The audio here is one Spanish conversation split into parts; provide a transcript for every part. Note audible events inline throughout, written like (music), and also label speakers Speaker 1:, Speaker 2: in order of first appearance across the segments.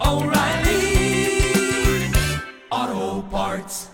Speaker 1: oh, O'Reilly. Auto Parts.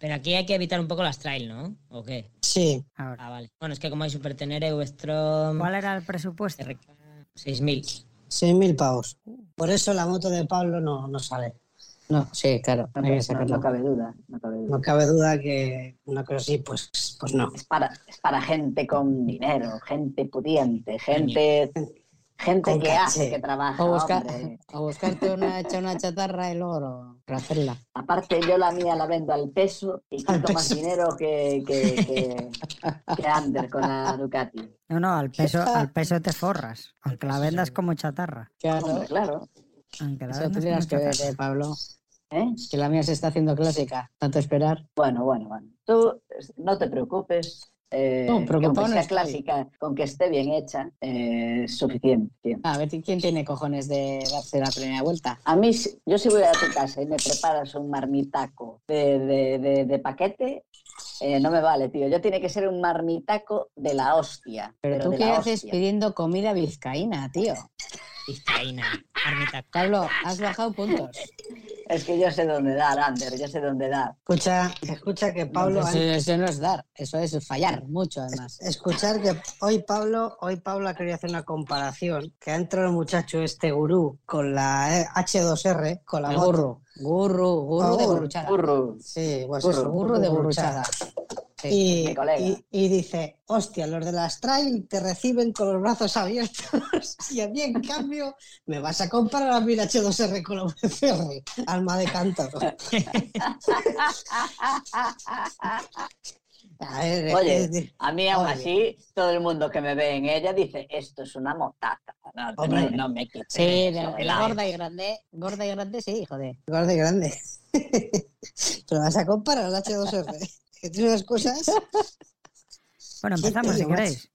Speaker 2: Pero aquí hay que evitar un poco las trail, ¿no? ¿O qué?
Speaker 3: Sí,
Speaker 4: Ahora.
Speaker 2: Ah, vale. Bueno, es que como hay Super Tenere, Westrom,
Speaker 4: ¿Cuál era el presupuesto?
Speaker 2: RK, 6000.
Speaker 3: 6.000 pavos. Por eso la moto de Pablo no, no sale.
Speaker 5: No, sí, claro. No,
Speaker 3: que sacarlo.
Speaker 5: no cabe duda. no cabe duda.
Speaker 3: No cabe duda que una cosa así, pues, pues no.
Speaker 5: Es, para, es para gente con dinero, gente pudiente, gente, gente
Speaker 3: Con
Speaker 5: que hace,
Speaker 3: caché.
Speaker 5: que trabaja.
Speaker 6: O, busca-
Speaker 5: hombre.
Speaker 6: o buscarte una, cha- una chatarra y luego hacerla.
Speaker 5: Aparte, yo la mía la vendo al peso y
Speaker 3: Al
Speaker 5: quito más
Speaker 3: peso.
Speaker 5: dinero que, que, que, que Ander con la Ducati.
Speaker 4: No, no, al peso, al peso te forras. Aunque la vendas como chatarra.
Speaker 6: Claro.
Speaker 5: Hombre, claro.
Speaker 4: Aunque la
Speaker 6: Eso
Speaker 4: vendas como
Speaker 6: tendrías que ver,
Speaker 4: chatarra.
Speaker 6: eh, Pablo.
Speaker 5: ¿eh?
Speaker 6: Que la mía se está haciendo clásica. Tanto esperar.
Speaker 5: Bueno, bueno, bueno. Tú es- no te preocupes. eh,
Speaker 6: No,
Speaker 5: que
Speaker 6: preocupado
Speaker 5: aunque
Speaker 6: no
Speaker 5: sea
Speaker 6: estoy.
Speaker 5: clásica, con que esté bien hecha, eh, es suficiente. tío.
Speaker 6: A ver quién tiene cojones de darse la primera vuelta.
Speaker 5: A mí, si- yo si voy a tu casa y me preparas un marmitaco de, de- de- de paquete, eh, no me vale, tío. Yo tiene que ser un marmitaco de la hostia.
Speaker 6: Pero, tú
Speaker 5: de
Speaker 6: qué
Speaker 5: la
Speaker 6: haces
Speaker 5: hostia.
Speaker 6: pidiendo comida vizcaína, tío.
Speaker 2: Vizcaína, Armita.
Speaker 6: Pablo, has bajado puntos.
Speaker 5: Es que yo sé dónde dar, Ander, yo sé dónde dar.
Speaker 3: Escucha, escucha que Pablo...
Speaker 6: eso, eso no es dar, eso es fallar mucho además.
Speaker 3: Escuchar que hoy Pablo, hoy Pablo ha querido hacer una comparación, que ha entrado el muchacho este gurú con la eh, H2R, con la
Speaker 6: El
Speaker 3: moto.
Speaker 6: Gurru, gurru, gurru de
Speaker 3: Gurru.
Speaker 6: gurruchada.
Speaker 5: Burro.
Speaker 3: Sí, pues
Speaker 6: Gurru,
Speaker 3: eso,
Speaker 6: gurru de gurruchada. Sí.
Speaker 3: Y,
Speaker 5: mi colega.
Speaker 3: y- y dice, hostia, los de las trail te reciben con los brazos abiertos (laughs) y a mí, en cambio, me vas a comparar a mi H2R con la VCR, alma de cántaro. (laughs) A ver, es que es
Speaker 5: Oye,
Speaker 3: di-
Speaker 5: a mí aún
Speaker 3: Oye.
Speaker 5: así, todo el mundo que me ve en ella dice, esto es una motata. No, no,
Speaker 3: Hombre.
Speaker 5: no me quites.
Speaker 6: Sí,
Speaker 5: eso,
Speaker 6: la, la
Speaker 5: Elao.
Speaker 6: gorda y grande, gorda y grande, sí, joder.
Speaker 3: igual de grande. (laughs) Pero vas a comparar al H2R, que tiene unas cosas
Speaker 4: Bueno, empezamos si
Speaker 3: Tío, macho.
Speaker 4: queréis.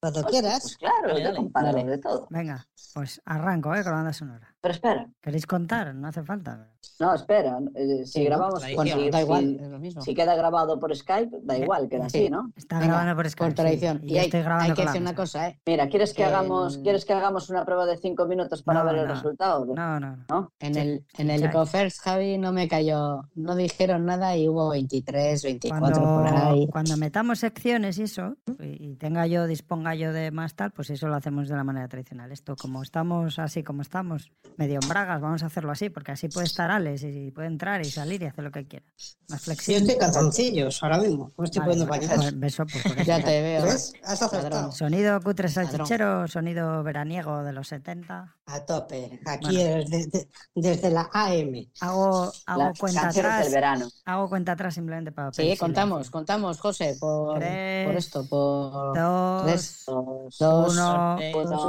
Speaker 3: cuando
Speaker 5: Pues
Speaker 3: quieras.
Speaker 5: claro, yo
Speaker 2: Dale,
Speaker 5: comparo
Speaker 6: dale.
Speaker 5: de todo.
Speaker 4: Venga, pues arranco, ¿eh? Con la banda sonora.
Speaker 5: Pero espera,
Speaker 4: ¿Queréis contar? No hace falta.
Speaker 5: no, espera. eh, si grabamos,
Speaker 2: tradición,
Speaker 5: si,
Speaker 6: Bueno, da
Speaker 5: si-
Speaker 6: igual, es lo mismo.
Speaker 5: si queda grabado por Skype, da igual, queda así,
Speaker 6: Sí.
Speaker 5: ¿no?
Speaker 4: Está
Speaker 6: Venga,
Speaker 4: grabando por Skype.
Speaker 6: Por tradición.
Speaker 4: sí, y
Speaker 6: Y
Speaker 4: yo
Speaker 6: hay,
Speaker 4: estoy grabando
Speaker 6: hay que
Speaker 4: con la
Speaker 6: decir una
Speaker 4: música.
Speaker 6: cosa, ¿eh?
Speaker 5: Mira, ¿quieres que,
Speaker 6: El-
Speaker 5: hagamos, ¿quieres que hagamos una prueba de cinco minutos para
Speaker 4: Em. No,
Speaker 5: ver el
Speaker 4: no.
Speaker 5: resultado?
Speaker 4: No, no, no.
Speaker 6: En
Speaker 4: Sí,
Speaker 6: el, en el
Speaker 4: escuchad.
Speaker 6: Ecofers, Javi, no me cayó. No dijeron nada y hubo 23, 24 por
Speaker 4: Cuando, (laughs)
Speaker 6: ahí.
Speaker 4: cuando metamos secciones y eso, y y tenga yo, disponga yo de más tal, pues eso lo hacemos de la manera tradicional. Esto, como estamos así, como estamos, medio en bragas, vamos a hacerlo así, porque así puede estar Alex y puede entrar y salir y hacer lo que quiera. Más
Speaker 3: Si yo
Speaker 4: flexible.
Speaker 3: estoy en calzoncillos ahora mismo, no estoy
Speaker 4: Vale,
Speaker 3: poniendo
Speaker 4: vale,
Speaker 3: pañales.
Speaker 4: joder, beso, pues, por eso.
Speaker 6: Ya te veo.
Speaker 3: ¿Ves? Has acertado.
Speaker 4: Sonido cutre
Speaker 6: Ladrón.
Speaker 4: salchichero, sonido veraniego de los 70.
Speaker 3: A tope, aquí es de- de- desde la AM.
Speaker 4: Hago, hago
Speaker 5: Las
Speaker 4: cuenta
Speaker 5: canciones del
Speaker 4: atrás.
Speaker 5: verano.
Speaker 4: Hago cuenta atrás simplemente para
Speaker 6: Sí,
Speaker 4: pedir
Speaker 6: contamos, contamos, José, por,
Speaker 4: Tres,
Speaker 6: por esto, por
Speaker 4: silencio. Dos,
Speaker 6: tres,
Speaker 5: Dos,
Speaker 6: dos,
Speaker 4: uno.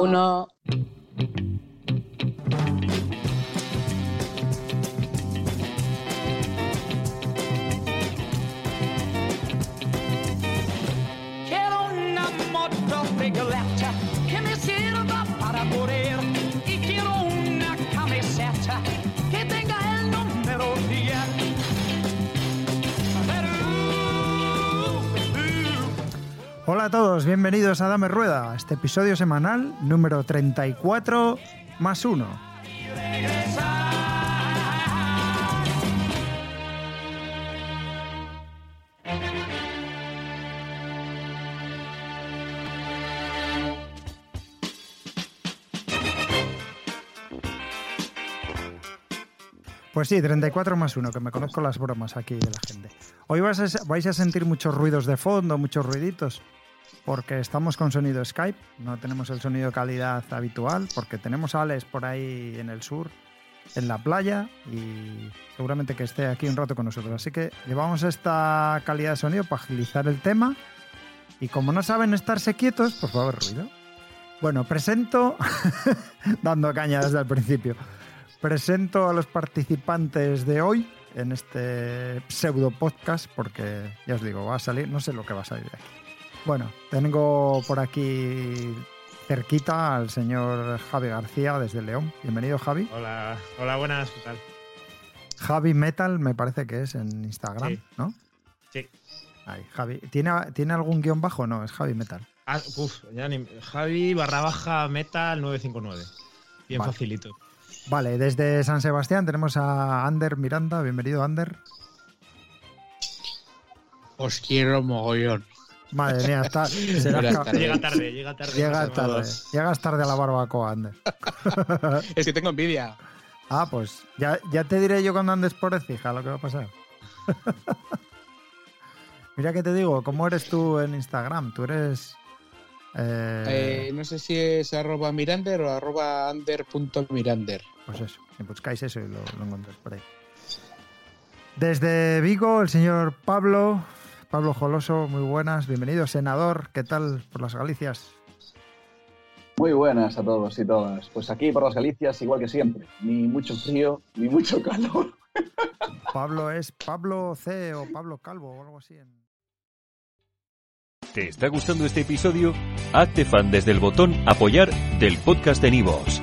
Speaker 5: uno.
Speaker 6: uno.
Speaker 1: Quiero una moto regoleta que me sirva para correr y quiero una camiseta que tenga el número 10. Pero, uh,
Speaker 7: Hola a todos, bienvenidos a Dame Rueda, a este episodio semanal número 34 más 1.
Speaker 1: regresar.
Speaker 7: Pues sí, 34 más 1, que me conozco las bromas aquí de la gente. Hoy vas a- vais a sentir muchos ruidos de fondo, muchos ruiditos, porque estamos con sonido Skype, no tenemos el sonido de calidad habitual, porque tenemos a Alex por ahí en el sur, en la playa, y seguramente que esté aquí un rato con nosotros. Así que llevamos esta calidad de sonido para agilizar el tema, y como no saben estarse quietos, pues va a haber ruido. Bueno, presento, (laughs) dando caña desde el principio, presento a los participantes de hoy. en este pseudo podcast, porque ya os digo, va a salir, no sé lo que va a salir de aquí. Bueno, tengo por aquí cerquita al señor Javi García desde León. Bienvenido, Javi.
Speaker 8: Hola, hola, buenas, ¿qué tal?
Speaker 7: Javi Metal me parece que es en Instagram,
Speaker 8: Sí.
Speaker 7: ¿no?
Speaker 8: Sí.
Speaker 7: Ahí, Javi. ¿Tiene, ¿Tiene algún guión bajo? No, es Javi Metal.
Speaker 8: Ah, uf, ya ni- Javi barra baja metal 959. Bien
Speaker 7: Vale.
Speaker 8: facilito.
Speaker 7: Vale, desde San Sebastián tenemos a Ander Miranda. Bienvenido, Ander.
Speaker 9: Os quiero mogollón.
Speaker 7: Madre mía, está, serás
Speaker 9: Buenas
Speaker 7: ca-
Speaker 8: (laughs)
Speaker 9: tardes.
Speaker 8: Llega tarde, llega tarde.
Speaker 7: llega
Speaker 8: no pasa nada.
Speaker 7: tarde. Llegas tarde a la barbacoa, Ander.
Speaker 9: Es que tengo envidia.
Speaker 7: Ah, pues ya, ya te diré yo cuando andes por Ecija lo que va a pasar. (laughs) Mira que te digo, ¿cómo eres tú en Instagram? Tú eres... eh,
Speaker 9: Eh, no sé si es arroba mirander o arroba under.mirander.
Speaker 7: Pues eso, si buscáis eso y lo, lo encontráis por ahí. Desde Vigo, el señor Pablo, Pablo Joloso, muy buenas, bienvenido, senador, ¿qué tal por las Galicias?
Speaker 10: Muy buenas a todos y todas. Pues aquí por las Galicias, igual que siempre. Ni mucho frío, ni mucho calor.
Speaker 7: Pablo es Pablo C o Pablo Calvo o algo así. en-
Speaker 11: ¿Te está gustando este episodio? Hazte fan desde el botón Apoyar del podcast de Nivos.